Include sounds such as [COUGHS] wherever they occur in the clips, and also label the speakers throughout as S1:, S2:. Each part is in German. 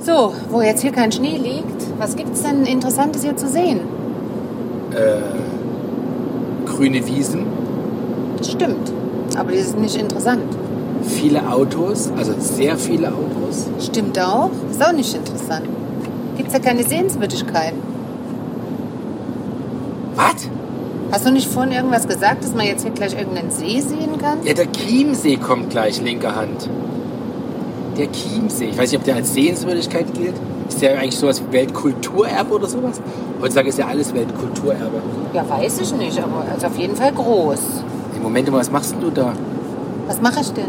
S1: So, wo jetzt hier kein Schnee liegt, was gibt's denn Interessantes hier zu sehen?
S2: Äh, grüne Wiesen,
S1: Das stimmt. Aber das ist nicht interessant.
S2: viele Autos, also sehr viele Autos.
S1: Stimmt auch. Ist auch nicht interessant. Gibt's ja keine Sehenswürdigkeiten.
S2: Was?
S1: Hast du nicht vorhin irgendwas gesagt, dass man jetzt hier gleich irgendeinen See sehen kann?
S2: Ja, der Chiemsee kommt gleich, linke Hand. Der Chiemsee. Ich weiß nicht, ob der als Sehenswürdigkeit gilt. Ist der eigentlich sowas wie Weltkulturerbe oder sowas? Heutzutage ist ja alles Weltkulturerbe.
S1: Ja, weiß ich nicht, aber er ist auf jeden Fall groß.
S2: Im Moment, was machst denn du da?
S1: Was mache ich denn?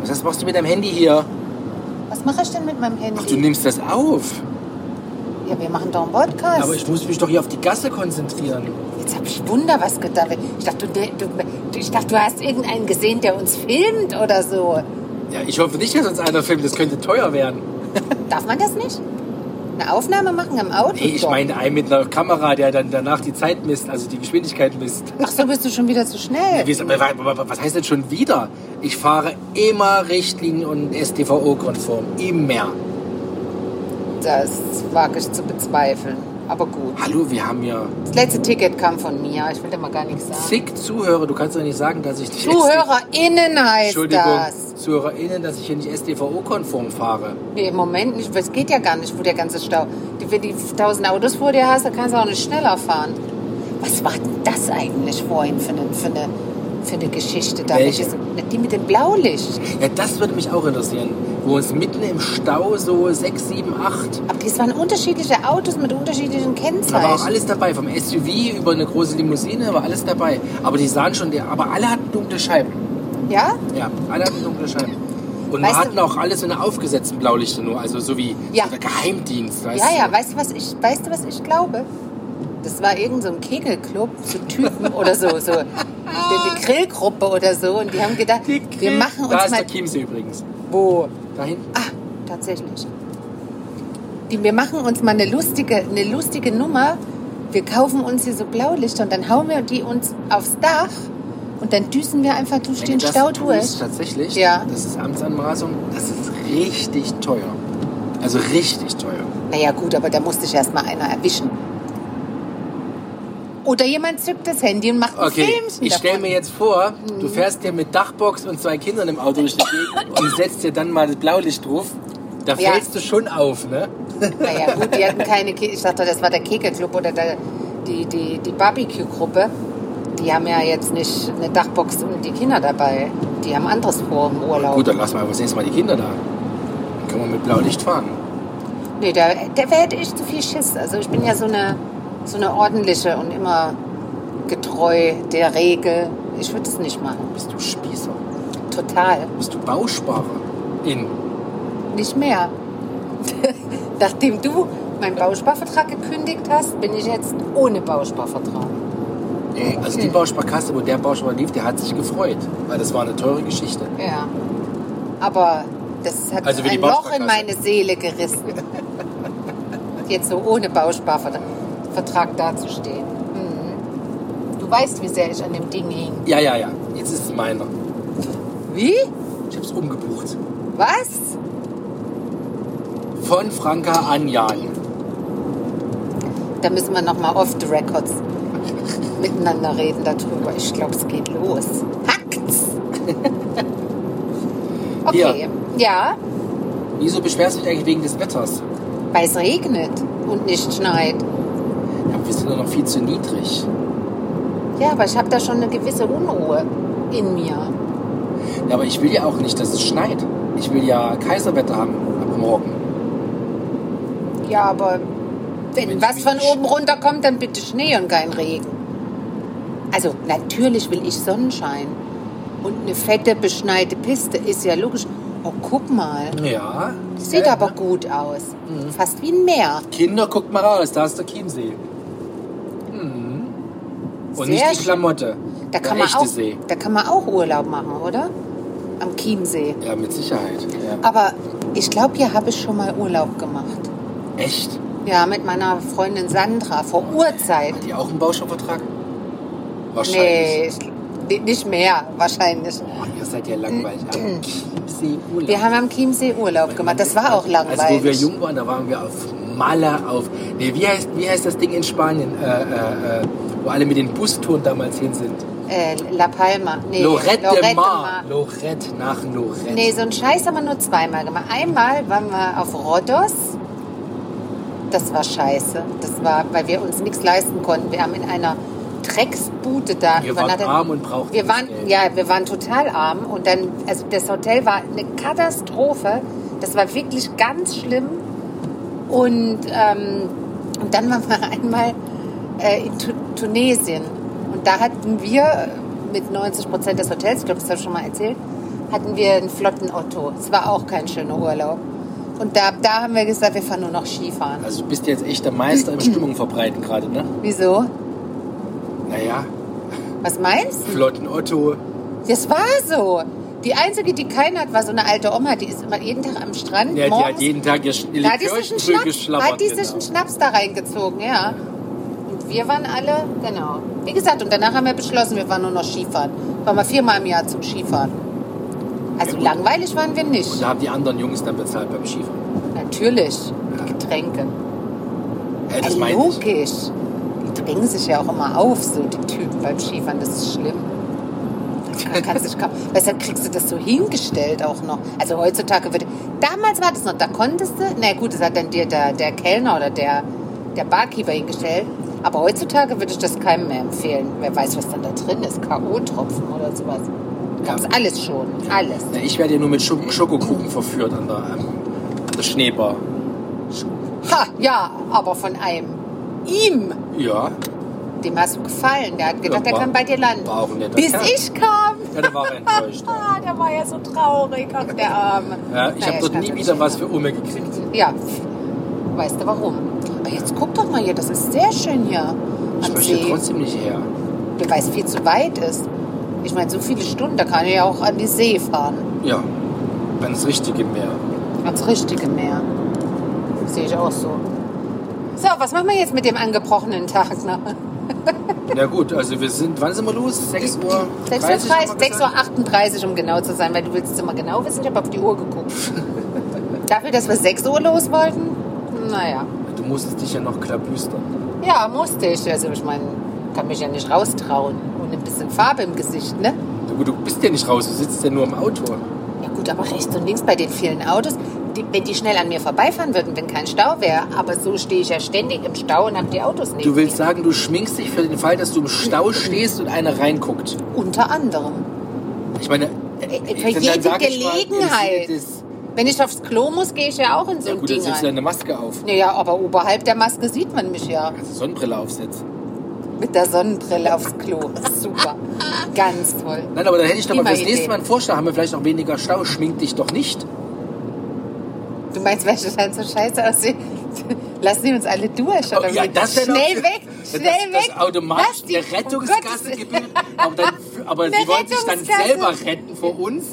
S2: Was hast- machst du mit deinem Handy hier?
S1: Was mache ich denn mit meinem Handy?
S2: Ach, du nimmst das auf.
S1: ja, wir machen doch einen Podcast.
S2: Aber ich muss mich doch hier auf die Gasse konzentrieren.
S1: Jetzt habe ich Wunder was gedacht. Ich dachte du, du, ich dachte, du hast irgendeinen gesehen, der uns filmt oder so.
S2: Ja, ich hoffe nicht, dass uns einer filmt. Das könnte teuer werden.
S1: Darf man das nicht? Eine Aufnahme machen am Auto?
S2: Nee, ich meine einen mit einer Kamera, der dann danach die Zeit misst, also die Geschwindigkeit misst.
S1: Ach so, bist du schon wieder zu schnell.
S2: Wie ist- aber- aber- aber Was heißt denn schon wieder? Ich fahre immer Richtlinien und StVO-konform. Immer.
S1: Das wage ich zu bezweifeln. Aber gut.
S2: Hallo, wir haben ja
S1: Das letzte Ticket kam von mir. Ich will dir mal gar nichts sagen.
S2: zig Zuhörer. Du kannst doch nicht sagen, dass ich nicht...
S1: ZuhörerInnen heißt
S2: Entschuldigung,
S1: das.
S2: ZuhörerInnen, dass ich hier nicht StVO-konform fahre.
S1: Nee, im Moment nicht. Es geht ja gar nicht, wo der ganze Stau. Die- Wenn du die tausend Autos vor dir hast, dann kannst du auch nicht schneller fahren. Was war denn das eigentlich vorhin für eine, für eine, für eine Geschichte? Da mit
S2: Welche?
S1: diesem- die mit dem Blaulicht.
S2: Ja, das würde mich auch interessieren. Wo uns mitten im Stau so 6, 7, 8...
S1: Aber das waren unterschiedliche Autos mit unterschiedlichen
S2: Da war auch
S1: Kennzeichen.
S2: alles dabei, vom SUV über eine große Limousine war alles dabei. Aber die sahen schon, der, aber alle hatten dunkle Scheiben.
S1: Ja?
S2: Ja, alle hatten dunkle Scheiben. Und wir
S1: Weißt du-
S2: hatten auch alles so eine aufgesetzten Blaulichter nur, also so wie
S1: Ja.
S2: so der Geheimdienst, weißt
S1: Ja,
S2: du?
S1: ja, weißt du, was ich, weißt du, was ich glaube? Das war irgend so ein Kegelclub, so Typen oder so, so die, die Grillgruppe oder so. Und die haben gedacht, wir machen
S2: da
S1: uns
S2: ist
S1: mal...
S2: der Chiemsee übrigens.
S1: Wo?
S2: Da hinten.
S1: Ah, tatsächlich. Die, wir machen uns mal eine lustige, eine lustige Nummer. Wir kaufen uns hier so Blaulichter und dann hauen wir die uns aufs Dach und dann düsen wir einfach durch
S2: Wenn
S1: den
S2: du das
S1: Stau
S2: tust,
S1: durch.
S2: Tatsächlich.
S1: Ja.
S2: Das ist Amtsanmaßung. Das ist richtig teuer. Also richtig teuer.
S1: Naja gut, aber da musste ich erst mal einer erwischen. Oder jemand zückt das Handy und macht ein
S2: Okay,
S1: Filmchen
S2: ich stelle
S1: davon.
S2: mir jetzt vor,
S1: Mhm.
S2: du fährst dir mit Dachbox und zwei Kindern im Auto durch die
S1: [LAUGHS]
S2: Gegend und setzt dir dann mal das Blaulicht drauf. Da
S1: Ja.
S2: fällst du schon auf, ne?
S1: Naja gut, die hatten keine Ke Ich dachte, das war der Kegelclub oder der, die, die, die Barbecue-Gruppe. Die haben ja jetzt nicht eine Dachbox und die Kinder dabei. Die haben anderes vor im Urlaub.
S2: Gut, dann lass mal das nächste Mal die Kinder da. Dann können wir mit Blaulicht fahren.
S1: Nee, da, da hätte ich zu viel Schiss. Also ich bin ja so eine, so eine ordentliche und immer getreu der Regel. Ich würde es nicht machen.
S2: Bist du Spießer?
S1: Total.
S2: Bist du Bausparer? In.
S1: Nicht mehr. [LAUGHS] Nachdem du meinen Bausparvertrag gekündigt hast, bin ich jetzt ohne Bausparvertrag.
S2: Also die Bausparkasse, wo der Bausparer lief, der hat sich gefreut, weil das war eine teure Geschichte.
S1: Ja. Aber das hat
S2: Also wie die
S1: ein Loch
S2: Bausparkasse.
S1: in meine Seele gerissen. Jetzt so ohne Bausparvertrag dazustehen. Mhm. Du weißt, wie sehr ich an dem Ding hing.
S2: Ja, ja, ja. Jetzt ist es meiner.
S1: Wie?
S2: Ich hab's umgebucht.
S1: Was?
S2: Von Franka an Jan.
S1: [LAUGHS] Da müssen wir nochmal off the records miteinander reden darüber. Ich glaube, es geht los. [LAUGHS] Hackt's! Okay,
S2: Hier.
S1: ja,
S2: Wieso beschwerst du dich eigentlich wegen des Wetters?
S1: weil es regnet und nicht schneit.
S2: Ja, wir sind doch noch viel zu niedrig.
S1: Ja, aber ich habe da schon eine gewisse Unruhe in mir.
S2: Ja, aber ich will ja auch nicht, dass es schneit. Ich will ja Kaiserwetter haben ab morgen.
S1: Ja, aber wenn
S2: Wenn's
S1: was
S2: wie
S1: von
S2: Sch-
S1: oben runter kommt, dann bitte Schnee und kein Regen. Also natürlich will ich Sonnenschein. Und eine fette, beschneite Piste ist ja logisch. Oh, guck mal.
S2: Ja. Mhm.
S1: Sieht aber gut aus. Fast wie ein Meer.
S2: Kinder, guckt mal raus, da ist der Chiemsee. Mhm.
S1: Sehr
S2: Und nicht die
S1: schön.
S2: Klamotte.
S1: Da kann, man
S2: der echte
S1: auch,
S2: See.
S1: da kann man auch Urlaub machen, oder? Am Chiemsee.
S2: Ja, mit Sicherheit. Ja.
S1: Aber ich glaube, hier habe ich schon mal Urlaub gemacht.
S2: Echt?
S1: Ja, mit meiner Freundin Sandra vor Urzeit.
S2: Hat die auch einen Bausparvertrag? Wahrscheinlich. Oh,
S1: Nee, ich, N- Nicht mehr, wahrscheinlich.
S2: Ihr seid ja langweilig. Am Chiemsee Urlaub.
S1: Wir haben am Chiemsee Urlaub gemacht. Das war auch langweilig.
S2: Also wo wir jung waren, da waren wir auf Maler, auf... Nee, wie heißt, wie heißt das Ding in Spanien, äh, äh, äh, wo alle mit den Bustouren damals hin sind?
S1: äh, La Palma. Nee,
S2: Lorette,
S1: Lorette
S2: de Mar.
S1: Mar.
S2: Lorette nach Lorette.
S1: Nee, so einen Scheiß haben wir nur zweimal gemacht. Einmal waren wir auf Rhodos. Das war scheiße. Das war, weil wir uns nichts leisten konnten. Wir haben in einer Drecksbude da
S2: wir waren
S1: übernattet.
S2: arm und brauchten
S1: Wir
S2: das
S1: waren,
S2: Geld.
S1: ja, wir waren total arm und dann, also das Hotel war eine Katastrophe. Das war wirklich ganz schlimm. Und, ähm, und dann waren wir einmal äh, in tu Tunesien. Und da hatten wir mit 90 Prozent des Hotels, ich glaube, das habe ich schon mal erzählt, hatten wir einen flotten Otto. Es war auch kein schöner Urlaub. Und da, da haben wir gesagt, wir fahren nur noch Skifahren.
S2: Also du bist jetzt echt der
S1: [CLEARS THROAT]
S2: Meister im Stimmung verbreiten gerade, ne?
S1: Wieso?
S2: Naja,
S1: Was meinst du?
S2: flotten Otto.
S1: Das war so. Die einzige, die keine hat, war so eine alte Oma, die ist immer jeden Tag am Strand.
S2: Ja, die
S1: morgens,
S2: hat jeden Tag ihr Sch- genau.
S1: da hat die sich einen
S2: Likörchen früh
S1: Schnaps,
S2: geschlappert.
S1: hat die sich einen Schnaps da reingezogen, ja. Und wir waren alle, genau. Wie gesagt, und danach haben wir beschlossen, wir waren nur noch Skifahren. Waren wir viermal im Jahr zum Skifahren. Also
S2: Ja, gut.
S1: langweilig waren wir nicht.
S2: Und da haben die anderen Jungs dann bezahlt beim Skifahren.
S1: Natürlich.
S2: Ja.
S1: Die Getränke.
S2: Äh, das
S1: Ja,
S2: meine ich.
S1: logisch. Die drängen sich ja auch immer auf, so die Typen beim Skifahren. Das ist schlimm. Da kannst du dich kaum. Weshalb kriegst du das so hingestellt auch noch? Also heutzutage würde. Damals war das noch, da konntest du. Na gut, das hat dann dir der, der Kellner oder der, der Barkeeper hingestellt. Aber heutzutage würde ich das keinem mehr empfehlen. Wer weiß, was dann da drin ist. K.O.-Tropfen oder sowas. Gab's
S2: Ja.
S1: alles schon. Alles.
S2: Na, ich werde ja nur mit Schok Schokokuchen verführt an der, ähm, an der Schneebar.
S1: Ha, ja, aber von einem. Ihm.
S2: Ja,
S1: Dem hast du gefallen. Der hat gedacht,
S2: Ja,
S1: er
S2: war-
S1: kann bei dir landen.
S2: war auch ein netter
S1: Bis
S2: Kerl.
S1: ich kam.
S2: ja
S1: [LAUGHS]
S2: da war er enttäuscht. ja.
S1: Ah, der war ja so traurig. Ach, der Arme.
S2: Ja, ich
S1: Naja,
S2: habe dort
S1: kann
S2: nie
S1: das
S2: wieder
S1: nicht
S2: was für
S1: machen.
S2: Umme gekriegt.
S1: Ja, weißt du warum? Aber jetzt guck doch mal hier, das ist sehr schön hier
S2: Ich
S1: am
S2: möchte
S1: See.
S2: trotzdem nicht her.
S1: Ja, Weil es viel zu weit ist. Ich meine, so viele Stunden, da kann ich ja auch an die See fahren.
S2: Ja, ans richtige Meer.
S1: Ans richtige Meer. Sehe ich auch so. So, was machen wir jetzt mit dem angebrochenen Tag? Ne?
S2: Na gut, also wir sind, wann sind wir los? 6 Uhr? 30 haben wir
S1: 6.38 Uhr,
S2: gesagt?
S1: 38, um genau zu sein, weil du willst es immer genau wissen. Ich habe auf die Uhr
S2: [LAUGHS]
S1: geguckt. Dafür, dass wir 6 Uhr los wollten? Naja.
S2: Du musstest dich ja noch klabüstern.
S1: Ja, musste ich. Also ich meine, kann mich ja nicht raustrauen. Und ein bisschen Farbe im Gesicht, ne?
S2: Na gut, du bist ja nicht raus, du sitzt ja nur im Auto.
S1: Ja gut, aber rechts und links bei den vielen Autos, die, wenn die schnell an mir vorbeifahren würden, wenn kein Stau wäre. Aber so stehe ich ja ständig im Stau und habe die Autos neben
S2: Du willst
S1: mir.
S2: sagen, du schminkst dich für den Fall, dass du im Stau stehst und einer reinguckt.
S1: Unter anderem.
S2: Ich meine,
S1: Äh,
S2: ich-
S1: für
S2: dann
S1: jede
S2: sag ich mal, im
S1: Gelegenheit.
S2: Sinne des-
S1: Wenn ich aufs Klo muss, gehe ich ja auch in so
S2: Ja
S1: ein
S2: gut, dann
S1: Ding
S2: setzt du
S1: rein.
S2: deine Maske auf.
S1: Naja, aber oberhalb der Maske sieht man mich ja.
S2: Kannst du Sonnenbrille aufsetzen.
S1: Mit der Sonnenbrille aufs Klo. Super. Ganz toll.
S2: Nein, aber dann hätte ich doch mal
S1: Prima
S2: fürs nächste
S1: Idee.
S2: Mal einen Vorschlag. Haben wir vielleicht noch weniger Stau? Schmink dich doch nicht.
S1: Du meinst, weil ich dann so scheiße aussehe? Lassen die uns alle durch, oder
S2: Oh, ja,
S1: wie?
S2: das wäre doch-
S1: Schnell weg,
S2: Das-
S1: schnell
S2: das,
S1: weg.
S2: Das automatisch
S1: Lass die-
S2: eine
S1: um Gottes
S2: Rettungsgasse
S1: Willen.
S2: gebildet. Aber, dann, aber
S1: Eine
S2: die wollen sich dann
S1: Rettungsgasse.
S2: selber retten vor uns,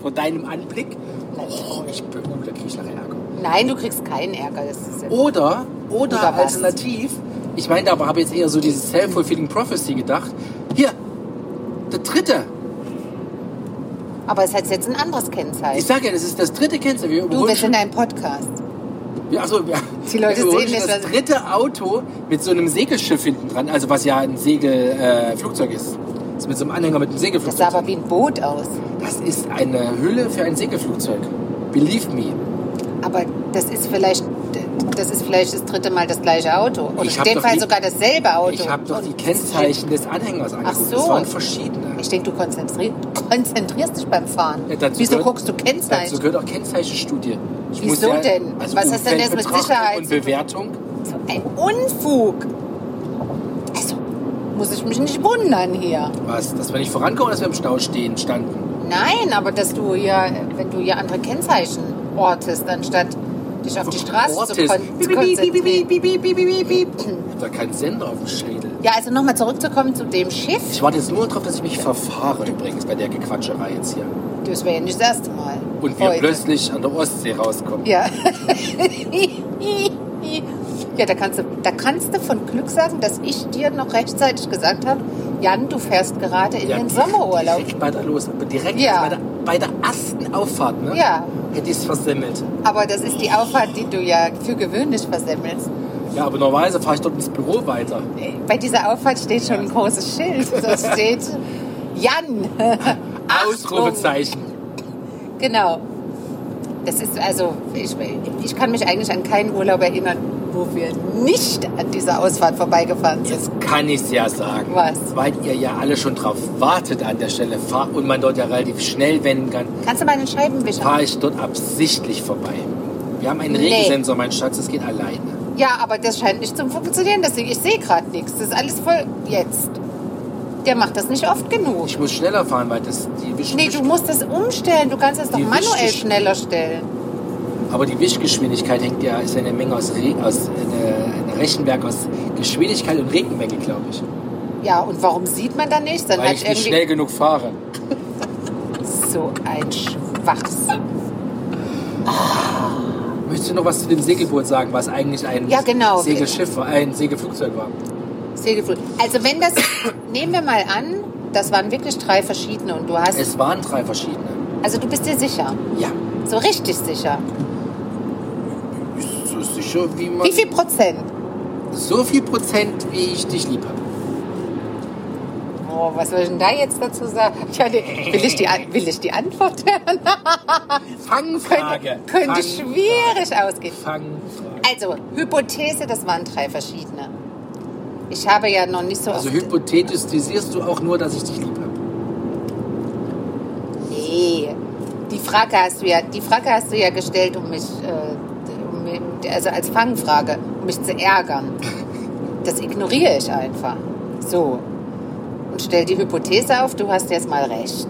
S2: vor deinem Anblick. Oh, ich bin oh, da krieg ich nachher Ärger.
S1: Nein, du kriegst keinen Ärger. Das ist ja
S2: Oder, oder,
S1: Oder halt was?
S2: alternativ, ich meine, aber habe jetzt eher so dieses Self-Fulfilling Prophecy gedacht. Hier, der dritte.
S1: aber es hat jetzt ein anderes
S2: Ich
S1: Kennzeichen.
S2: sage ja, das ist das dritte Kennzeichen. Wir
S1: Du
S2: überholen
S1: bist
S2: schon,
S1: in einem Podcast.
S2: ja, achso, wir,
S1: [LAUGHS] Die Leute
S2: wir überholen
S1: sehen jetzt,
S2: schon das
S1: was-
S2: dritte Auto mit so einem Segelschiff hinten dran, also was ja ein Segelflugzeug äh, Flugzeug ist. Das ist mit so einem Anhänger mit einem
S1: Das sah
S2: Segelflugzeug.
S1: aber wie ein Boot aus.
S2: Das ist eine Hülle für ein Segelflugzeug. Believe me.
S1: Aber das ist vielleicht das ist vielleicht das dritte Mal das gleiche Auto. Oder
S2: Ich
S1: in
S2: hab
S1: dem
S2: doch
S1: Fall
S2: die-
S1: sogar dasselbe Auto.
S2: Ich habe doch
S1: Und
S2: die Kennzeichen des Anhängers angeguckt.
S1: so.
S2: Das waren verschiedene.
S1: Ich denke, du konzentri konzentrierst dich beim Fahren.
S2: Ja, Äh, dazu
S1: Wieso
S2: gehört-
S1: guckst du
S2: Dazu
S1: Kennzeichen?
S2: gehört auch Kennzeichenstudie. Ich
S1: Wieso denn? Was hast denn das mit
S2: Umfeldbetrachtung
S1: Sicherheit
S2: um Und
S1: zu tun?
S2: Bewertung.
S1: So ein Unfug. Also, muss ich mich nicht wundern hier.
S2: Was? Dass wir nicht vorankommen, dass wir im Stau stehen, standen.
S1: Nein, aber dass du hier, wenn du hier andere Kennzeichen ortest, anstatt dich auf die Straße zu,
S2: Ortes.
S1: kon zu konzentrieren.
S2: Ich hab da keinen Sender auf dem Schädel.
S1: Ja, also nochmal zurückzukommen zu dem Schiff.
S2: Ich warte jetzt nur drauf, dass ich mich verfahre übrigens bei der Gequatscherei jetzt hier.
S1: Das wäre ja nicht das erste Mal.
S2: Und wir
S1: Heute.
S2: plötzlich an der Ostsee rauskommen.
S1: Ja. [LAUGHS] ja, da kannst, du, da kannst du von Glück sagen, dass ich dir noch rechtzeitig gesagt habe, Jan, du fährst gerade in
S2: Ja,
S1: den Sommerurlaub.
S2: Direkt bei der Los, aber direkt
S1: Ja.
S2: bei, der, bei der ersten Auffahrt, ne?
S1: Ja.
S2: Hätte ich es versemmelt.
S1: Aber das ist die Auffahrt, die du ja für gewöhnlich versemmelst.
S2: Ja, aber normalerweise fahre ich dort ins Büro weiter.
S1: Bei dieser Auffahrt steht schon ein großes Schild.
S2: [LAUGHS]
S1: Das steht Jan. Achtung.
S2: Ausrufezeichen.
S1: Genau. Das ist also, ich, ich kann mich eigentlich an keinen Urlaub erinnern, wo wir nicht an dieser Ausfahrt vorbeigefahren sind.
S2: Jetzt kann ich es ja sagen.
S1: Was?
S2: Weil ihr ja alle schon drauf wartet an der Stelle fahr- und man dort ja relativ schnell wenden kann,
S1: Kannst du meine Scheiben wischen?
S2: fahre ich dort absichtlich vorbei. Wir haben einen
S1: Nee.
S2: Regensensor, mein Schatz, es geht alleine.
S1: Ja, aber das scheint nicht zu funktionieren. Deswegen, ich sehe gerade nichts. Das ist alles voll jetzt. Der macht das nicht oft genug.
S2: Ich muss schneller fahren, weil das die Wisch
S1: Nee, du musst das umstellen. Du kannst das doch
S2: Die
S1: manuell
S2: Wischgesch-
S1: schneller stellen.
S2: Aber die Wischgeschwindigkeit hängt ja, ist ja eine Menge aus, Re aus äh, ein Rechenwerk aus Geschwindigkeit und Regenmenge, glaube ich.
S1: Ja, und warum sieht man da nichts? Dann
S2: Weil
S1: hat
S2: ich nicht
S1: irgendwie
S2: schnell genug fahre.
S1: so ein Schwachsinn.
S2: Möchtest du noch was zu dem Segelboot sagen, was eigentlich ein
S1: Ja, genau.
S2: Segelschiff war, ein Segelflugzeug war?
S1: Segelflug. Also wenn
S2: [COUGHS]
S1: das, nehmen wir mal an, das waren wirklich drei verschiedene und du hast,
S2: Es waren drei verschiedene.
S1: also du bist dir sicher,
S2: Ja.
S1: so richtig sicher.
S2: Ist so sicher, wie man.
S1: Wie viel Prozent?
S2: So viel Prozent, wie ich dich lieb habe.
S1: Oh, was soll ich denn da jetzt dazu sagen? Ja, nee, will, ich die, An- will ich die Antwort [LAUGHS] hören?
S2: Fangfrage.
S1: Könnte
S2: Fang-
S1: schwierig ausgehen.
S2: Fangfrage.
S1: Also, Hypothese, das waren drei verschiedene. Ich habe ja noch nicht so
S2: Also
S1: oft...
S2: hypothetisierst du auch nur, dass ich dich lieb habe.
S1: Nee, die Frage hast du ja, die Frage hast du ja gestellt, um mich, äh, um, mi- also als Fangfrage, um mich zu ärgern. Das ignoriere ich einfach. So. Und stell die Hypothese auf, du hast jetzt mal recht.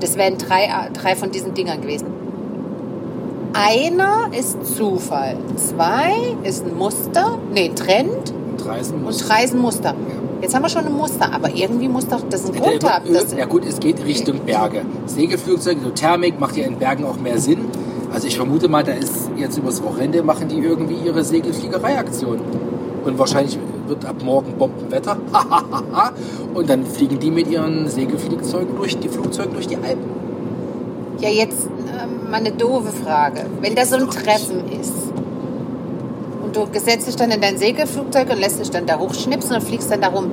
S1: Das wären drei, A- drei von diesen Dingern gewesen. Einer ist Zufall. Zwei ist ein Muster. Nee, Trend.
S2: Und Reisen muss.
S1: Und drei ist ein Muster. Jetzt haben wir schon ein Muster, aber irgendwie muss doch das einen Grund haben. dass-
S2: ja gut, es geht Richtung Berge. Segelflugzeug, so Thermik macht ja in Bergen auch mehr Sinn. Also ich vermute mal, da ist jetzt übers Wochenende machen die irgendwie ihre Segelfliegereiaktion. Und wahrscheinlich wird ab morgen Bombenwetter. [LAUGHS] Und dann fliegen die mit ihren Segelflugzeugen durch die Flugzeuge durch die Alpen.
S1: Ja, jetzt ähm, mal eine doofe Frage. Wenn das so ein
S2: Doch nicht.
S1: Treffen ist und du setzt dich dann in dein Segelflugzeug und lässt dich dann da hochschnipsen und fliegst dann da rum,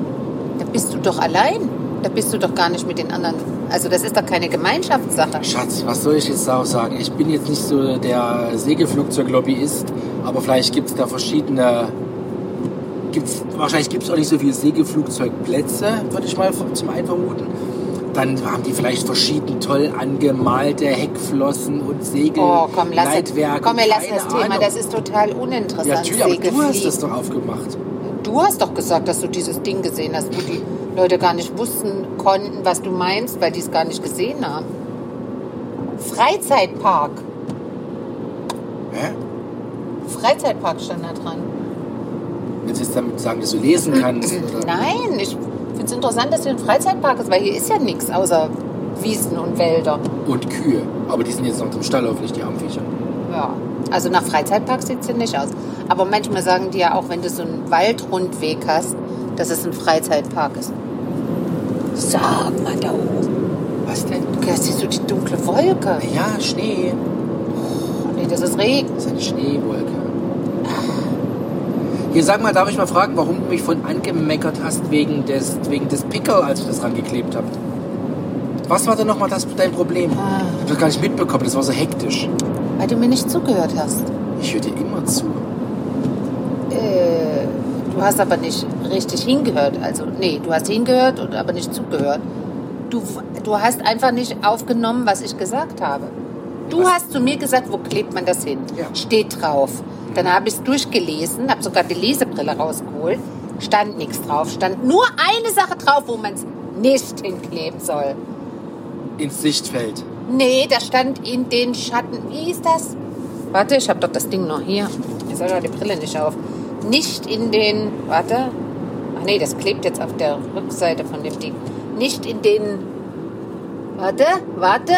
S1: da bist du doch allein. Da bist du doch gar nicht mit den anderen. Also das ist doch keine Gemeinschaftssache.
S2: Schatz, was soll ich jetzt darauf sagen? Ich bin jetzt nicht so der Segelflugzeuglobbyist, aber vielleicht gibt es da verschiedene. Gibt's, wahrscheinlich gibt es auch nicht so viele Segelflugzeugplätze, würde ich mal zum einen vermuten. Dann haben die vielleicht verschieden toll angemalte Heckflossen und Segel.
S1: Oh, komm, lass es.
S2: Leitwerke,
S1: Komm, wir lassen
S2: keine
S1: das Thema.
S2: Ahnung.
S1: Das ist total
S2: ja,
S1: uninteressant.
S2: natürlich, aber du hast
S1: Segelfliegen.
S2: das doch aufgemacht.
S1: Du hast doch gesagt, dass du dieses Ding gesehen hast, wo die Leute gar nicht wussten konnten, was du meinst, weil die es gar nicht gesehen haben. Freizeitpark.
S2: Hä?
S1: Freizeitpark stand da dran.
S2: Willst du jetzt damit sagen, dass du lesen
S1: [CLEARS THROAT]
S2: kannst? oder?
S1: Nein, ich finde es interessant, dass hier ein Freizeitpark ist, weil hier ist ja nichts außer Wiesen und Wälder.
S2: Und Kühe. Aber die sind jetzt noch im Stallhof, nicht die Armviecher.
S1: Ja. Also nach Freizeitpark sieht es hier nicht aus. Aber manchmal sagen die ja auch, wenn du so einen Waldrundweg hast, dass es ein Freizeitpark ist. Sag mal da oben.
S2: Was denn?
S1: Okay, siehst du die dunkle Wolke?
S2: Ja, Schnee.
S1: Oh nee, das ist Regen.
S2: Das ist eine Schneewolke. Ah. Hier, sag mal, darf ich mal fragen, warum du mich von angemeckert hast wegen des, wegen des Pickel, als ich das rangeklebt habe? Was war denn nochmal das dein Problem?
S1: Ah.
S2: Ich hab das gar nicht mitbekommen, das war so hektisch.
S1: Weil du mir nicht zugehört hast.
S2: Ich höre dir immer zu.
S1: Äh, du hast aber nicht richtig hingehört. Also, nee, du hast hingehört und aber nicht zugehört. Du, du hast einfach nicht aufgenommen, was ich gesagt habe. Du
S2: Was?
S1: hast zu mir gesagt, wo klebt man das hin?
S2: Ja. Mhm.
S1: Steht drauf. Dann habe ich es durchgelesen, habe sogar die Lesebrille rausgeholt. Stand nichts drauf. Stand nur eine Sache drauf, wo man es nicht hinkleben soll.
S2: Ins Sichtfeld.
S1: Nee, da stand in den Schatten. Wie ist das? Warte, ich habe doch das Ding noch hier. Jetzt habe ich doch die Brille nicht auf. Nicht in den. Warte. Ach nee, das klebt jetzt auf der Rückseite von dem Ding. Nicht in den. Warte, warte.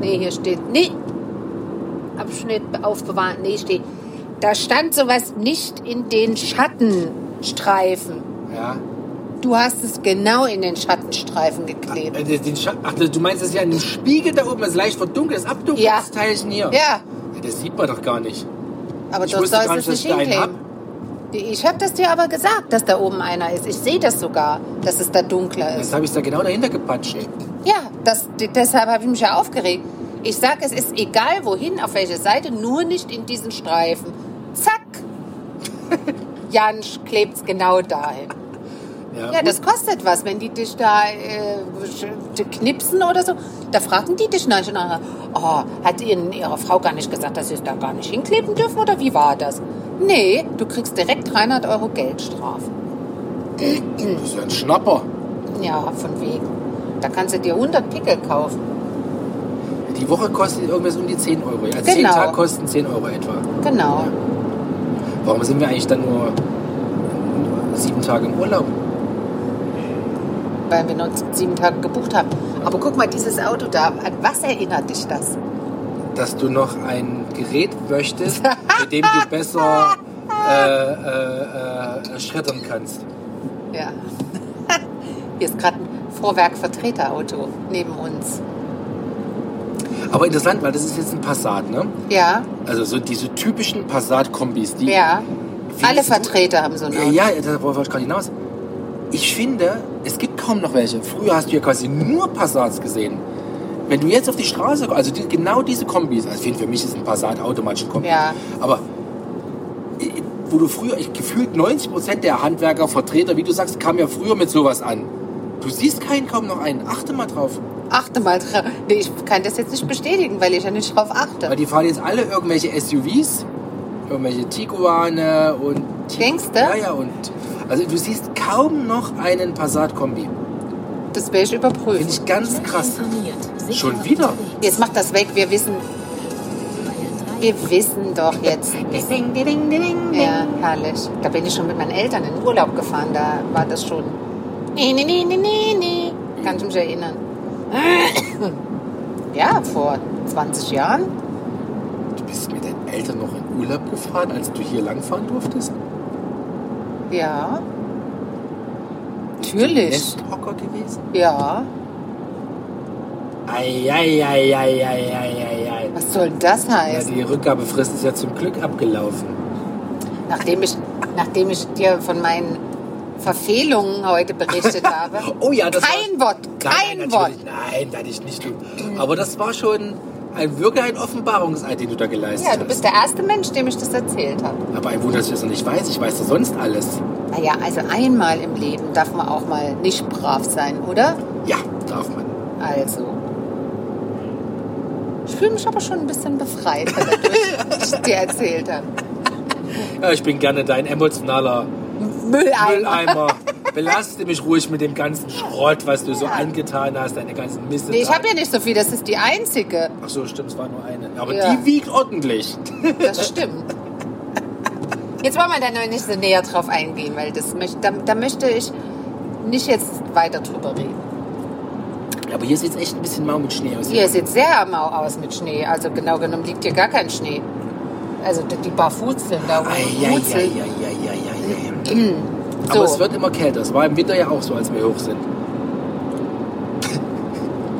S1: Nee, hier steht. Nee. Abschnitt aufbewahren. Nee, steht. Da stand sowas nicht in den Schattenstreifen.
S2: Ja.
S1: Du hast es genau in den Schattenstreifen geklebt.
S2: Äh, den Scha- Ach, du meinst, das ist ja ein Spiegel da oben, das ist leicht verdunkelt, das Abdunkelungsteilchen
S1: Ja,
S2: hier.
S1: Äh.
S2: Ja, Das sieht man doch gar nicht.
S1: aber
S2: Ich
S1: dort
S2: wusste
S1: sollst
S2: gar
S1: du
S2: nicht,
S1: es nicht
S2: dass ich da einen
S1: hinkleben. Ich habe das dir aber gesagt, dass da oben einer ist. Ich sehe das sogar, dass es da dunkler ist.
S2: Das habe ich da genau dahinter gepatscht.
S1: Ja, das, d- deshalb habe ich mich ja aufgeregt. Ich sage, es ist egal wohin, auf welche Seite, nur nicht in diesen Streifen. Zack! [LAUGHS] Jansch klebt's genau dahin. Ja,
S2: gut.
S1: das kostet was, wenn die dich da äh, sch- knipsen oder so. Da fragen die dich nachher, nachher, oh, hat ihnen ihre Frau gar nicht gesagt, dass sie es da gar nicht hinkleben dürfen oder wie war das? Nee, du kriegst direkt 300 Euro Geldstrafe.
S2: das ist ja ein Schnapper.
S1: Ja, von wegen. Da kannst du dir 100 Pickel kaufen.
S2: Die Woche kostet irgendwas um die 10 Euro. Also 10
S1: Genau.
S2: Tage kosten 10 Euro etwa.
S1: Genau.
S2: Warum sind wir eigentlich dann nur sieben Tage im Urlaub?
S1: weil wir uns sieben Tage gebucht haben. Aber guck mal, dieses Auto da, an was erinnert dich das?
S2: Dass du noch ein Gerät
S1: [LAUGHS]
S2: möchtest, mit dem du besser äh, äh, äh, schreddern kannst.
S1: Ja. [LAUGHS] Hier ist gerade ein Vorwerk-Vertreterauto neben uns.
S2: Aber interessant, weil das ist jetzt ein Passat, ne?
S1: Ja,
S2: Also so diese typischen Passat-Kombis, die
S1: ja.
S2: Findest
S1: Alle
S2: du-
S1: Vertreter haben so ein
S2: Ja,
S1: Auto.
S2: ja, darauf wollte ich gerade hinaus. Ich finde, es gibt kaum noch welche. Früher hast du ja quasi nur Passats gesehen. Wenn du jetzt auf die Straße, also die, genau diese Kombis, also ich finde, für mich ist ein Passat automatisch ein Kombi.
S1: Ja.
S2: Aber äh, wo du früher, ich gefühlt 90% der Handwerker, Vertreter, wie du sagst, kamen ja früher mit sowas an. Du siehst keinen kaum noch einen. Achte mal drauf.
S1: Achte mal drauf. Nee, ich kann das jetzt nicht bestätigen, weil ich ja nicht drauf
S2: Weil
S1: achte.
S2: die fahren jetzt alle irgendwelche SUVs, irgendwelche Tiguane und...
S1: Denkst du?
S2: Ja, ja, und... Also du siehst kaum noch einen Passat-Kombi.
S1: Das werde ich
S2: Finde
S1: überprüfen.
S2: ich ganz krass. Schon wieder?
S1: Jetzt mach das weg, wir wissen, wir wissen doch jetzt.
S3: Ding, ding, ding, ding, ding.
S1: Ja, herrlich. Da bin ich schon mit meinen Eltern in den Urlaub gefahren. Da war das schon. Nee, nee, nee, nee, nee, nee. Kann ich mich erinnern. [CLEARS THROAT] Ja, vor 20 Jahren.
S2: Du bist mit deinen Eltern noch in Urlaub gefahren, als du hier langfahren durftest?
S1: Ja.
S2: Natürlich.
S1: Natürlich.
S2: Nesthocker gewesen?
S1: Ja.
S2: Eieieiei.
S1: Was soll denn das
S2: Ja,
S1: heißen?
S2: die Rückgabefrist ist ja zum Glück abgelaufen.
S1: Nachdem ich, nachdem ich dir von meinen Verfehlungen heute berichtet habe.
S2: Oh ja, das
S1: Kein
S2: war...
S1: Wort, kein
S2: nein,
S1: Wort.
S2: natürlich. Nein, werde ich nicht tun. Aber das war schon ein wirklich ein Offenbarungseid, den du da geleistet
S1: Ja, du bist der erste Mensch, dem ich das erzählt habe.
S2: hast. Aber ein Wunder, dass ich das noch nicht weiß. Ich weiß ja sonst alles.
S1: Naja, also einmal im Leben darf man auch mal nicht brav sein, oder?
S2: Ja, darf man.
S1: Also. Ich fühle mich aber schon ein bisschen befreit, dadurch, was ich dir erzählt habe.
S2: Ja, ich bin gerne dein emotionaler
S1: Mülleimer.
S2: Mülleimer. Belaste mich ruhig mit dem ganzen Schrott, was du so angetan hast, deine ganzen Miste.
S1: Nee, ich habe ja nicht so viel, das ist die einzige.
S2: Ach so, stimmt, es war nur eine. Aber
S1: Ja.
S2: die wiegt ordentlich.
S1: Das stimmt. Jetzt wollen wir da noch nicht so näher drauf eingehen, weil das möchte, da, da möchte ich nicht jetzt weiter drüber reden.
S2: Aber hier sieht es echt ein bisschen mau mit Schnee aus.
S1: Hier sieht sehr mau aus mit Schnee. Also genau genommen liegt hier gar kein Schnee. Also die die Barfutzeln da
S2: Ei, ei, ei, ei,
S1: Wurzeln.
S2: ei, ei, ei, ei.
S1: Mm. So.
S2: Aber es wird immer kälter. Es war im Winter ja auch so, als wir hoch sind. [LAUGHS]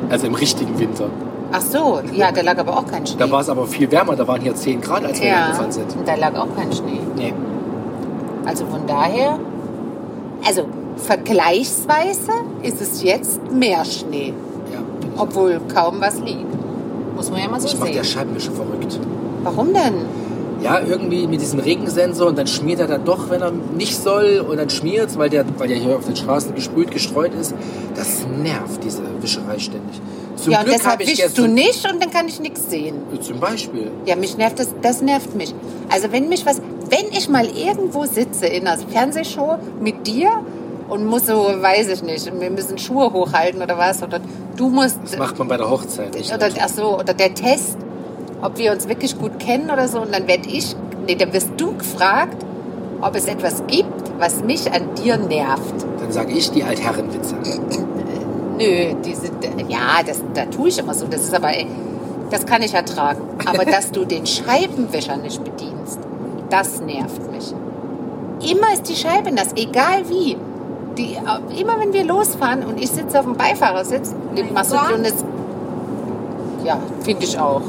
S2: Also im richtigen Winter.
S1: Ach so, ja, da lag aber auch kein Schnee.
S2: Da war es aber viel wärmer. Da waren hier 10 Grad, als wir
S1: ja,
S2: hochgefahren sind.
S1: und da lag auch kein Schnee.
S2: Nee.
S1: Also von daher, also vergleichsweise ist es jetzt mehr Schnee,
S2: Ja.
S1: obwohl kaum was liegt. Muss man ja mal so
S2: Ich mach der
S1: sehen.
S2: Scheibenwischer verrückt.
S1: Warum denn?
S2: Ja, irgendwie mit diesem Regensensor und dann schmiert er dann doch, wenn er nicht soll und dann schmiert's, weil der, weil der hier auf den Straßen gesprüht, gestreut ist. Das nervt, diese Wischerei ständig. Zum
S1: ja, und
S2: Glück
S1: deshalb
S2: hab ich
S1: wischst du
S2: gestern,
S1: nicht und dann kann ich nichts sehen.
S2: Zum Beispiel.
S1: Ja, mich nervt das, das nervt mich. Also wenn mich was, wenn ich mal irgendwo sitze in einer Fernsehshow mit dir und muss so, weiß ich nicht, wir müssen Schuhe hochhalten oder was, oder du musst...
S2: Das macht man bei der Hochzeit nicht.
S1: oder, ach so, oder der Test, ob wir uns wirklich gut kennen oder so. Und dann werde ich, nee, dann wirst du gefragt, ob es etwas gibt, was mich an dir nervt.
S2: Dann sage ich die Altherrenwitze.
S1: Nö, diese, ja, das, da tue ich immer so. Das ist aber, ey, das kann ich ertragen.
S2: [LAUGHS]
S1: Aber dass du den Scheibenwischer nicht bedienst, das nervt mich. Immer ist die Scheibe nass, egal wie. die, äh, immer wenn wir losfahren und ich sitze auf dem Beifahrersitz, lebt Mazedonien ist. Ja, finde ich auch.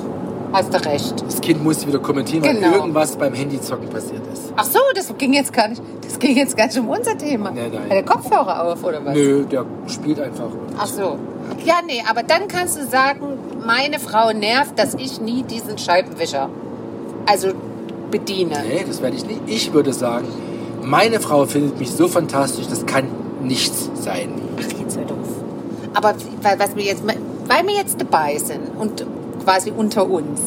S1: Hast du recht.
S2: Das Kind muss wieder kommentieren, weil
S1: Genau.
S2: irgendwas beim Handyzocken passiert ist.
S1: Ach so, das ging jetzt gar nicht, das ging jetzt gar nicht um unser Thema.
S2: Nee, nein.
S1: Hat der Kopfhörer auf oder was?
S2: Nö, der spielt einfach.
S1: Ach so. Ja, nee, aber dann kannst du sagen, meine Frau nervt, dass ich nie diesen Scheibenwischer also bediene.
S2: Nee, das werde ich nicht. Ich würde sagen, meine Frau findet mich so fantastisch, das kann nichts sein.
S1: Ach, jetzt hör doof. Aber weil, was wir jetzt, weil wir jetzt dabei sind und quasi unter uns,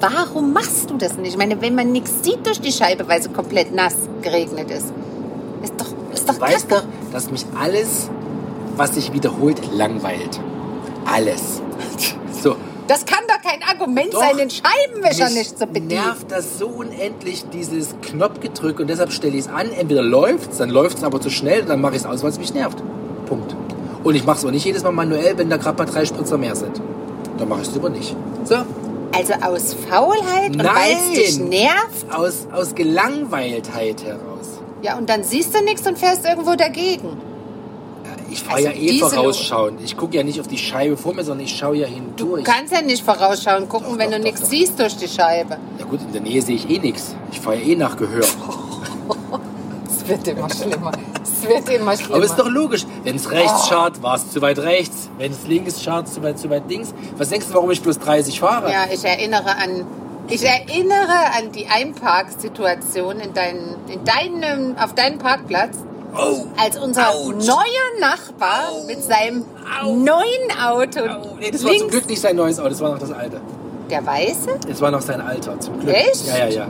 S1: warum machst du das nicht? Ich meine, wenn man nichts sieht durch die Scheibe, weil sie komplett nass geregnet ist, ist doch, ist doch
S2: Du weißt
S1: kacke.
S2: doch, dass mich alles, was sich wiederholt, langweilt. Alles. [LAUGHS] So.
S1: Das kann doch kein Argument
S2: Doch,
S1: sein, den Scheibenwischer
S2: mich
S1: nicht zu bedienen.
S2: nervt das so unendlich, dieses Knopfgedrück. Und deshalb stelle ich es an. Entweder läuft es, dann läuft es aber zu schnell. Dann mache ich es aus, weil es mich nervt. Punkt. Und ich mache es auch nicht jedes Mal manuell, wenn da gerade mal drei Spritzer mehr sind. Dann mache ich es lieber nicht. So,
S1: Also aus Faulheit und weil es dich
S2: Nein.
S1: nervt.
S2: aus, aus Gelangweiltheit heraus.
S1: Ja, und dann siehst du nichts und fährst irgendwo dagegen.
S2: Ich fahre
S1: Also
S2: ja eh
S1: diese
S2: vorausschauend. Ich gucke ja nicht auf die Scheibe vor mir, sondern ich schaue ja
S1: Du
S2: hindurch.
S1: kannst ja nicht vorausschauen, gucken,
S2: Doch,
S1: wenn
S2: doch,
S1: du
S2: doch,
S1: nichts
S2: doch.
S1: siehst durch die Scheibe.
S2: Na gut, in der Nähe sehe ich eh nichts. Ich fahre ja eh nach Gehör.
S1: Es wird immer schlimmer. Es wird immer schlimmer.
S2: [LAUGHS] Aber ist doch logisch. Wenn es rechts
S1: Oh.
S2: schart, war es zu weit rechts. Wenn es links schart, zu weit, zu weit links. Was denkst du, warum ich bloß 30 fahre?
S1: ja, ich erinnere an. Ich erinnere an die Einparksituation in deinen, in deinem, auf deinem Parkplatz,
S2: Oh,
S1: als unser
S2: Autsch.
S1: neuer Nachbar mit seinem
S2: Au.
S1: neuen Auto
S2: oh. Nee, das
S1: Also
S2: war zum
S1: links,
S2: Glück nicht sein neues Auto, das war noch das alte.
S1: der Weiße?
S2: Es war noch sein Alter, zum Glück.
S1: Echt?
S2: Ja, ja, ja.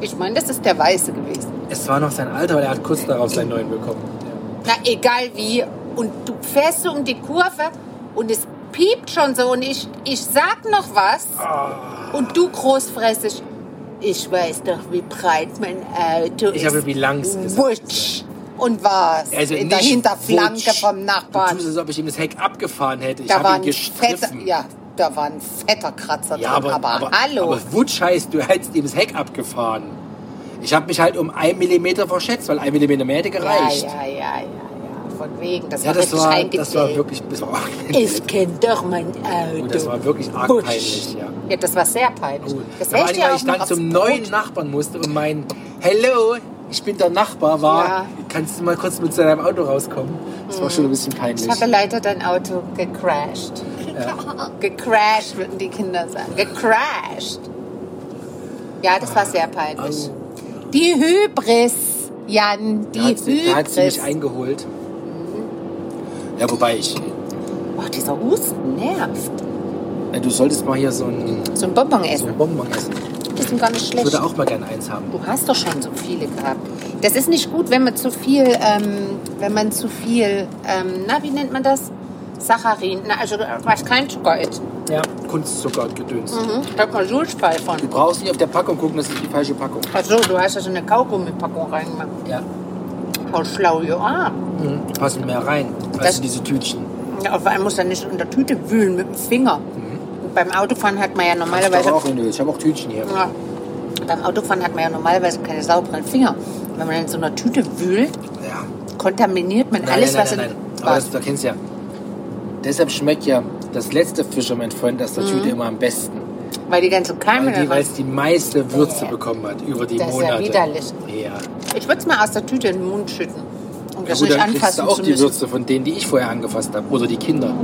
S1: Ich meine, das ist der Weiße gewesen.
S2: Es war noch sein Alter, weil er hat kurz darauf seinen neuen bekommen.
S1: Na, egal wie. Und du fährst so um die Kurve und es piept schon so und ich, ich sag noch was
S2: Ah.
S1: und du großfressig. Ich weiß doch, wie breit mein Auto
S2: Ich
S1: ist.
S2: habe wie lang's gesagt.
S1: Wutsch. Und was?
S2: Also
S1: in
S2: nicht
S1: der Hinterflanke
S2: Wutsch.
S1: vom
S2: Du
S1: Nachbarn.
S2: tust es, als ob ich ihm das Heck abgefahren hätte. Ich
S1: Da
S2: habe
S1: war,
S2: ihn
S1: ein fetter,
S2: gestriffen.
S1: ja, da war ein fetter Kratzer
S2: Ja,
S1: drin.
S2: aber,
S1: Aber, hallo.
S2: Aber Wutsch heißt, du hättest ihm das Heck abgefahren. Ich habe mich halt um einen Millimeter verschätzt, weil ein Millimeter mehr hätte
S1: ja,
S2: gereicht.
S1: ja, ja, ja, ja. Von wegen. Das
S2: Ja,
S1: war
S2: das
S1: richtig
S2: war,
S1: eingedellt.
S2: das war wirklich, das war, auch-
S1: Ich kenne doch mein Auto.
S2: das war wirklich arg
S1: Butsch.
S2: peinlich, ja.
S1: Ja, das war sehr peinlich.
S2: Gut.
S1: Das
S2: Vor
S1: wäre
S2: allem,
S1: ich ja
S2: weil
S1: auch
S2: ich
S1: noch
S2: dann
S1: aufs
S2: zum
S1: Brot-
S2: neuen Nachbarn musste und mein Hello, ich bin der Nachbar war,
S1: Ja. Mhm.
S2: kannst du mal kurz mit deinem Auto rauskommen? Das war schon ein bisschen peinlich.
S1: Ich habe leider dein Auto gecrashed. Gecrashed, würden die Kinder sagen. Gecrashed. Ja, das war sehr peinlich. Die Hybris, Jan, die
S2: da, hat sie, da hat sie mich
S1: Hybris.
S2: eingeholt.
S1: Mhm.
S2: Ja, wobei ich,
S1: Oh, dieser Husten nervt.
S2: äh, du solltest mal hier so ein,
S1: So ein Bonbon
S2: so
S1: essen.
S2: ein Bonbon essen.
S1: Die sind gar nicht
S2: Ich
S1: schlecht.
S2: würde auch mal gerne eins haben.
S1: Du hast doch schon so viele gehabt. Das ist nicht gut, wenn man zu viel, ähm, wenn man zu viel, ähm, na, wie nennt man das? Saccharin. Na, also, was kein Zucker ist.
S2: Ja. Kunstzucker und Gedöns.
S1: Mhm. Ich hab mal Sulzpfeil von.
S2: Du brauchst nicht auf der Packung gucken, das ist die falsche Packung.
S1: Ach so, du hast ja so eine Kaugummipackung reingemacht.
S2: Ja.
S1: How schlau you are.
S2: Mhm. Die passen mehr rein als
S1: Das-
S2: in diese Tütchen.
S1: Ja, auf einmal muss er nicht in der Tüte wühlen mit dem Finger. Und beim Autofahren hat man ja normalerweise.
S2: ich auch, wenn Mhm. du willst. Ich habe auch Tütchen hier.
S1: Ja, beim Autofahren hat man ja normalerweise keine sauberen Finger. Wenn man in so einer Tüte wühlt,
S2: Ja.
S1: kontaminiert man alles, was
S2: nein, nein,
S1: in.
S2: nein. Aber das, da kennst du ja. Deshalb schmeckt ja das letzte Fisherman Friend aus der
S1: Mhm.
S2: Tüte immer am besten.
S1: weil die ganzen Keime
S2: Weil die,
S1: da
S2: weil
S1: rein.
S2: es die meiste Würze
S1: Äh.
S2: bekommen hat über die
S1: Das ist ja
S2: Monate.
S1: widerlich.
S2: Ja.
S1: Ich würde es mal aus der Tüte in den Mund schütten, um
S2: Ja,
S1: das
S2: gut,
S1: nicht
S2: dann kriegst du
S1: anfassen
S2: auch
S1: zu
S2: die
S1: müssen.
S2: Würze von denen, die ich vorher angefasst habe. Oder die Kinder.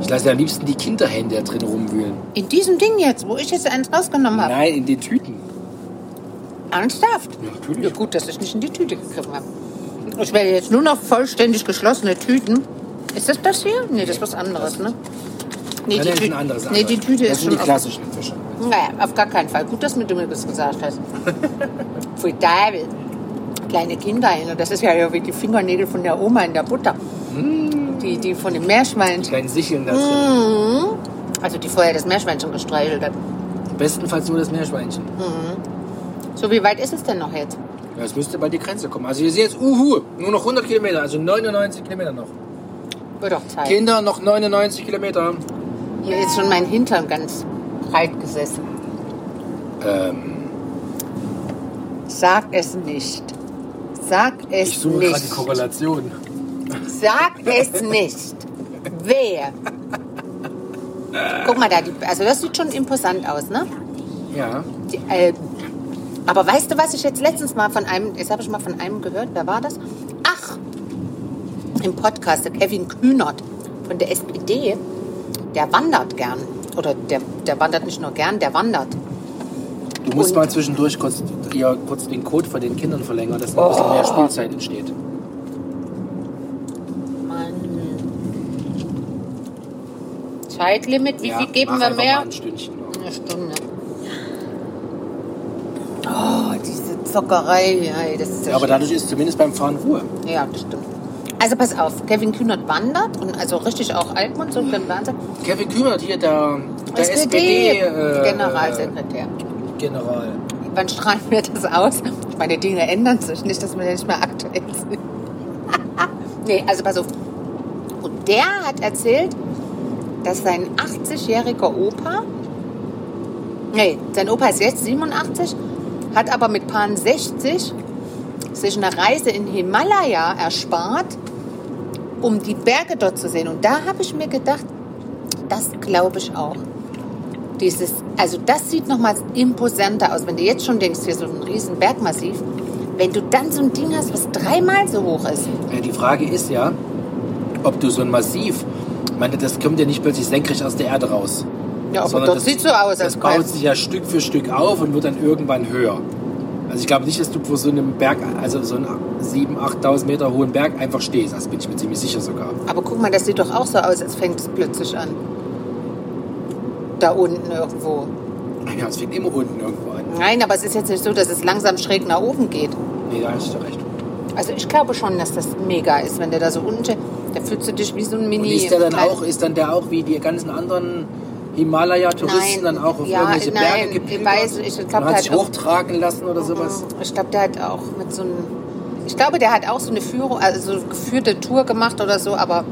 S2: Ich lasse ja am liebsten die Kinderhände da drin rumwühlen.
S1: In diesem Ding jetzt, wo ich jetzt eins rausgenommen habe.
S2: Nein, in den Tüten.
S1: Ernsthaft?
S2: Ja, natürlich.
S1: Ja, gut, dass ich nicht in die Tüte gegriffen habe. Ich werde jetzt nur noch vollständig geschlossene Tüten. Ist das das hier? Nee, das ist was anderes, ne? Nee,
S2: Ja,
S1: die,
S2: das ist
S1: Tü
S2: ein anderes
S1: nee, die
S2: anderes.
S1: Tüte
S2: das
S1: ist
S2: sind
S1: schon
S2: die klassischen Fische.
S1: auf, Naja, auf gar keinen Fall. Gut, dass du mir das gesagt
S2: [LAUGHS]
S1: hast. Pfui Teufel. Kleine Kinder, ne? das ist ja ja wie die Fingernägel von der Oma in der Butter.
S2: Hm.
S1: Die, die von dem Meerschwein,
S2: Die kleinen Sicheln da drin.
S1: also die vorher das Meerschweinchen gestreichelt hat.
S2: Bestenfalls nur das Meerschweinchen.
S1: Hm. So, wie weit ist es denn noch jetzt?
S2: Ja, es müsste bald die Grenze kommen. Also wir sehen jetzt, uhu, nur noch 100 Kilometer, also 99 Kilometer noch.
S1: Wird doch Zeit.
S2: Kinder, noch 99 Kilometer.
S1: Hier ist schon mein Hintern ganz breit gesessen. Sag es nicht. Sag es
S2: Ich suche gerade die
S1: nicht.
S2: Korrelation.
S1: Sag es nicht. Wer? Guck mal da, die, also das sieht schon imposant aus, ne?
S2: Ja.
S1: Die, äh, aber weißt du, was ich jetzt letztens mal von einem, jetzt habe ich mal von einem gehört, wer war das? Ach, im Podcast, der Kevin Kühnert von der SPD, der wandert gern. Oder der, der wandert nicht nur gern, der wandert.
S2: Du musst
S1: Und-
S2: mal zwischendurch kurz, ja, kurz den Code von den Kindern verlängern, dass ein
S1: Oh.
S2: bisschen mehr Spielzeit entsteht.
S1: Mann. Zeitlimit, wie
S2: Ja,
S1: viel geben
S2: mach
S1: wir
S2: einfach
S1: mehr?
S2: Mal ein Stündchen.
S1: Eine Stunde. Oh, diese Zockerei. Ja, das ist ja,
S2: Ja, aber
S1: schlimm.
S2: dadurch ist zumindest beim Fahren Ruhe.
S1: ja, das stimmt. Also pass auf, Kevin Kühnert wandert und also richtig auch Altmund, so im Wahnsinn.
S2: Kevin Kühnert hier, der, der SPD-General.
S1: Generalsekretär.
S2: äh, General.
S1: Wann strahlen wir das aus? Meine Dinge ändern sich nicht, dass wir nicht mehr aktuell sind. [LAUGHS] nee, also pass auf. Und der hat erzählt, dass sein 80-jähriger Opa, nee, sein Opa ist jetzt 87, hat aber mit Pan 60 sich eine Reise in Himalaya erspart, um die Berge dort zu sehen. Und da habe ich mir gedacht, das glaube ich auch dieses, also das sieht nochmal imposanter aus, wenn du jetzt schon denkst, hier so ein riesen Bergmassiv, wenn du dann so ein Ding hast, was dreimal so hoch ist.
S2: Ja, die Frage ist ja, ob du so ein Massiv, ich meine, das kommt ja nicht plötzlich senkrecht aus der Erde raus.
S1: Ja, aber
S2: Sondern
S1: das, sieht so aus, als
S2: Das baut sich ja Stück für Stück auf und wird dann irgendwann höher. Also ich glaube nicht, dass du vor so einem Berg, also so einem 7.000, 8.000 Meter hohen Berg einfach stehst. Das bin ich mir ziemlich sicher sogar.
S1: Aber guck mal, das sieht doch auch so aus, als fängt es plötzlich an. Da unten irgendwo.
S2: Ja, es fängt immer unten irgendwo an.
S1: Nein, aber es ist jetzt nicht so, dass es langsam schräg nach oben geht.
S2: Nee, da hast du recht.
S1: Also ich glaube schon, dass das mega ist, wenn der da so unten steht. Da fühlst du dich wie so ein
S2: Und
S1: Mini.
S2: ist der dann
S1: klein-
S2: auch, ist dann der auch wie die ganzen anderen Himalaya-Touristen
S1: Nein.
S2: dann auch auf
S1: Ja,
S2: irgendwelche
S1: nein,
S2: Berge
S1: ich
S2: gepilgert?
S1: weiß nicht. Ich glaub,
S2: und
S1: der
S2: hat sich
S1: hat halt auch-
S2: hochtragen lassen oder sowas?
S1: Ich glaube, der hat auch mit so einem. Ich glaube, der hat auch so eine Führung, also so eine geführte Tour gemacht oder so, aber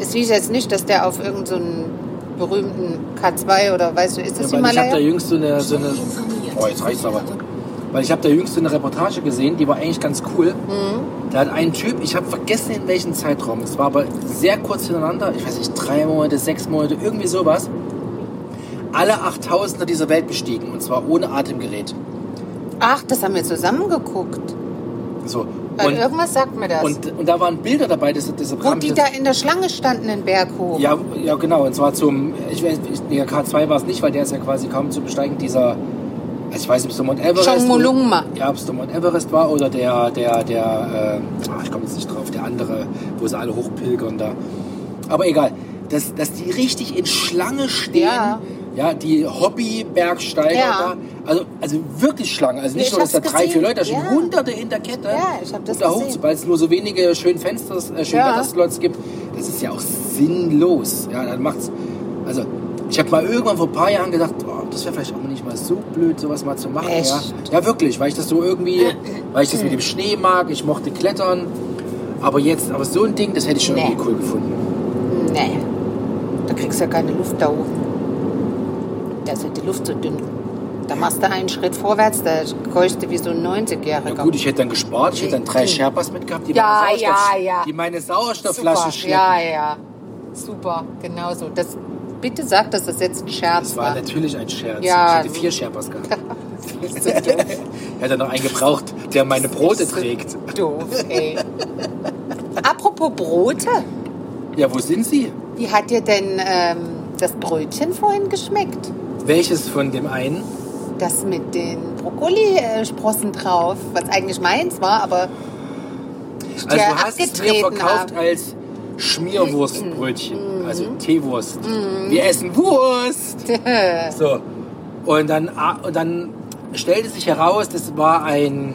S1: es hieß jetzt nicht, dass der auf irgendeinen so einen berühmten K2 oder weißt du, ist das
S2: Ja, weil ich habe da
S1: Himalaya?
S2: jüngst so eine. So eine oh, jetzt reicht's aber. Weil ich habe da jüngst so eine Reportage gesehen, die war eigentlich ganz cool.
S1: Mhm.
S2: Da hat ein Typ, ich habe vergessen in welchem Zeitraum, es war aber sehr kurz hintereinander, ich weiß nicht, drei Monate, sechs Monate, irgendwie sowas, alle 8000er dieser Welt bestiegen und zwar ohne Atemgerät.
S1: Ach, das haben wir zusammen geguckt.
S2: So.
S1: Weil
S2: Und,
S1: irgendwas sagt mir das.
S2: und, und da waren Bilder dabei, deshalb, deshalb
S1: Wo
S2: kam ich
S1: die
S2: jetzt-
S1: da in der Schlange standen, den Berg hoch.
S2: Ja, ja, genau. Und zwar zum, ich weiß, ich, nee, K2 war es nicht, weil der ist ja quasi kaum zu besteigen. Dieser, also ich weiß nicht, ob es der Mount Everest
S1: Chongmolungma.
S2: Ja, ob es der Mount Everest war oder der, der, der, äh, ah, ich komme jetzt nicht drauf, der andere, wo sie alle hochpilgern da. Aber egal, dass, dass die richtig in Schlange stehen.
S1: Ja.
S2: Ja, die Hobby-Bergsteiger
S1: Ja.
S2: da. Also, also wirklich Schlange. Also
S1: Ich
S2: nicht nur, dass da
S1: hab's
S2: drei, vier
S1: gesehen.
S2: Leute, da stehen
S1: Ja.
S2: hunderte in der Kette.
S1: Ja, ich hab das
S2: um da
S1: gesehen.
S2: hochzu- weil es nur so wenige schön Fenster, äh, schön
S1: Ja.
S2: Wetterslots gibt, das ist ja auch sinnlos. Ja, dann macht's. Also, ich habe mal irgendwann vor ein paar Jahren gedacht, oh, das wäre vielleicht auch nicht mal so blöd, sowas mal zu machen.
S1: Echt? Äh,
S2: Ja. ja, wirklich, weil ich das so irgendwie, weil ich das mit dem Schnee mag, ich mochte Klettern. Aber jetzt, aber so ein Ding, das hätte ich schon
S1: Nee.
S2: irgendwie cool gefunden.
S1: Nee. Da kriegst du ja keine Luft da oben. Da ist ja die Luft so dünn. Da machst du einen Schritt vorwärts, da keuchst du wie so ein 90-Jähriger.
S2: Ja, gut, ich hätte dann gespart, ich hätte dann drei Sherpas mitgehabt, die,
S1: Ja,
S2: meine,
S1: ja,
S2: Sauerstoff,
S1: ja.
S2: die meine Sauerstoffflaschen
S1: Super.
S2: schleppen.
S1: Ja, ja. Super, genau so. Das, bitte sag, dass das jetzt ein Scherz
S2: Das
S1: war.
S2: war natürlich ein Scherz.
S1: Ja.
S2: Ich hätte vier Sherpas
S1: [LAUGHS]
S2: gehabt. hätte noch einen gebraucht, der meine Brote trägt.
S1: Doof, ey. Apropos Brote,
S2: Ja, wo sind sie?
S1: wie hat dir denn ähm, das Brötchen vorhin geschmeckt?
S2: Welches von dem einen?
S1: Das mit den Brokkolisprossen drauf, was eigentlich meins war, aber
S2: Also
S1: Ja,
S2: du hast es mir
S1: abgetreten
S2: verkauft
S1: haben. Mm.
S2: als Schmierwurstbrötchen, also Teewurst. Wir essen Wurst.
S1: [LAUGHS]
S2: so. Und dann, ah, und dann stellte sich heraus, das war ein,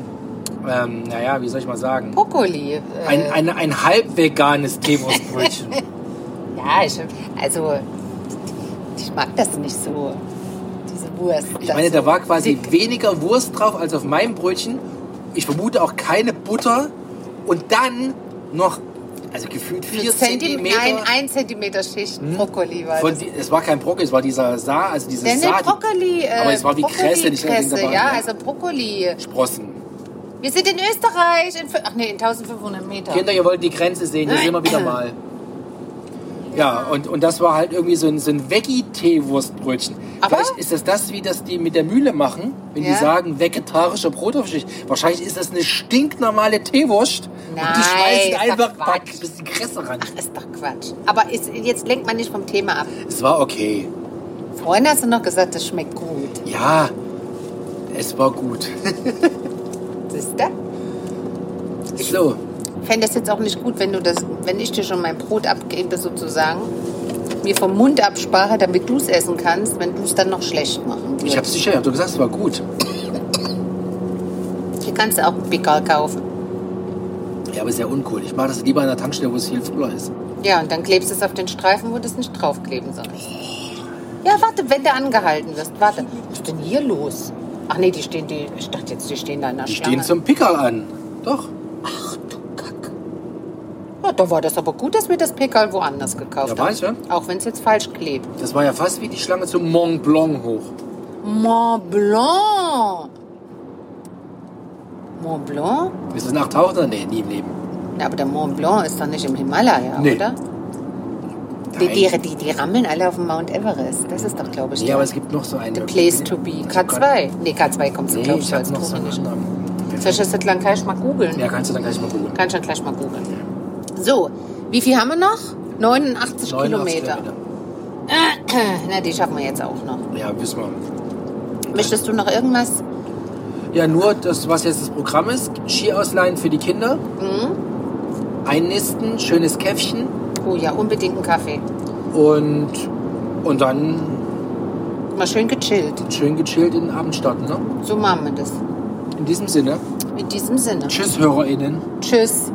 S2: ähm, naja, wie soll ich mal sagen,
S1: Brokkoli. Äh,
S2: ein, ein, ein halb veganes Teewurstbrötchen.
S1: ja, ich, also ich mag das nicht so, diese Wurst.
S2: Ich meine, da war quasi weniger Wurst drauf als auf meinem Brötchen. Ich vermute auch keine Butter. Und dann noch, also gefühlt vier Zentimeter. Hm?
S1: Nein, ein Zentimeter Schicht Brokkoli war
S2: von
S1: das.
S2: die, es war kein Brokkoli, es war dieser Saar, also diese
S1: Denn der
S2: Saat,
S1: Brokkoli. Äh,
S2: Aber es war die Kresse, nicht das Ding
S1: Kresse,
S2: dabei,
S1: ja,
S2: ne?
S1: also Brokkoli.
S2: die Sprossen.
S1: Wir sind in Österreich, in, fü- ach nee, in 1500 Meter.
S2: Kinder, ihr wollt die Grenze sehen, hier sind wir wieder mal. Ja, und, und das war halt irgendwie so ein, so ein Veggie-Teewurstbrötchen.
S1: Aber-
S2: Vielleicht ist das das, wie das die mit der Mühle machen, wenn die
S1: Ja.
S2: sagen vegetarische Brotaufstrich. Wahrscheinlich ist das eine stinknormale Teewurst. und
S1: Nein,
S2: die schmeißen
S1: ist
S2: einfach
S1: doch
S2: da ein
S1: Quatsch.
S2: bisschen Kresse ran.
S1: Ist doch Quatsch. Aber ist, jetzt lenkt man nicht vom Thema ab.
S2: Es war okay.
S1: Vorhin hast du noch gesagt, das schmeckt gut.
S2: Ja, es
S1: [LAUGHS]
S2: war gut.
S1: Siehst du?
S2: So,
S1: fände das jetzt auch nicht gut, wenn du das, wenn ich dir schon mein Brot abgebe sozusagen, mir vom Mund abspare, damit du es essen kannst, wenn du es dann noch schlecht machen würdest.
S2: ich hab's sicher, ich hab doch gesagt, es war gut.
S1: Hier kannst du auch einen Pickerl kaufen.
S2: Ja, aber ist ja uncool. Ich mache das lieber an der Tankstelle, wo es viel cooler ist.
S1: Ja, und dann klebst du es auf den Streifen, wo du es nicht draufkleben sollst. Ja, warte, wenn du angehalten wirst, warte. Was ist denn hier los? Ach nee, die stehen, die, ich dachte jetzt, die stehen da in der
S2: Die
S1: Schlange.
S2: stehen zum Pickerl an. Doch.
S1: Ach du Kack. Ja, da war das aber gut, dass wir das Pickerl woanders gekauft
S2: Ja,
S1: haben.
S2: weiß, ja.
S1: Auch wenn es jetzt falsch klebt.
S2: Das war ja fast wie die Schlange zum Mont Blanc hoch.
S1: Mont Blanc. Mont Blanc?
S2: Ist es nach Taucher? Nee, nie im Leben.
S1: Na, aber der Mont Blanc ist doch nicht im Himalaya,
S2: Nee.
S1: oder? Die, die, die, die rammeln alle auf dem Mount Everest. Das ist doch, glaube ich,
S2: Nee,
S1: der
S2: aber es gibt noch so einen.
S1: the place to be. K2. Nee, K2 kommst du,
S2: Nee,
S1: glaube
S2: ich
S1: ich,
S2: hab
S1: als
S2: noch so
S1: Touri
S2: einen
S1: nicht.
S2: anderen.
S1: Soll ich das jetzt lang gleich mal googeln?
S2: Ja, kannst du dann gleich mal googeln.
S1: Kann ich dann gleich mal googeln. So, wie viel haben wir noch? 89
S2: 89
S1: Kilometer. [CLEARS THROAT] Na, die schaffen wir jetzt auch noch.
S2: Ja, wissen wir.
S1: Möchtest du noch irgendwas?
S2: Ja, nur das, was jetzt das Programm ist. Ski ausleihen für die Kinder.
S1: Mhm.
S2: Einnisten, schönes Käffchen.
S1: Oh ja, unbedingt einen Kaffee.
S2: Und, und dann
S1: Mal schön gechillt.
S2: schön gechillt in den Abend starten. Ne?
S1: So machen wir das.
S2: In diesem Sinne,
S1: In diesem Sinne.
S2: tschüss HörerInnen.
S1: Tschüss.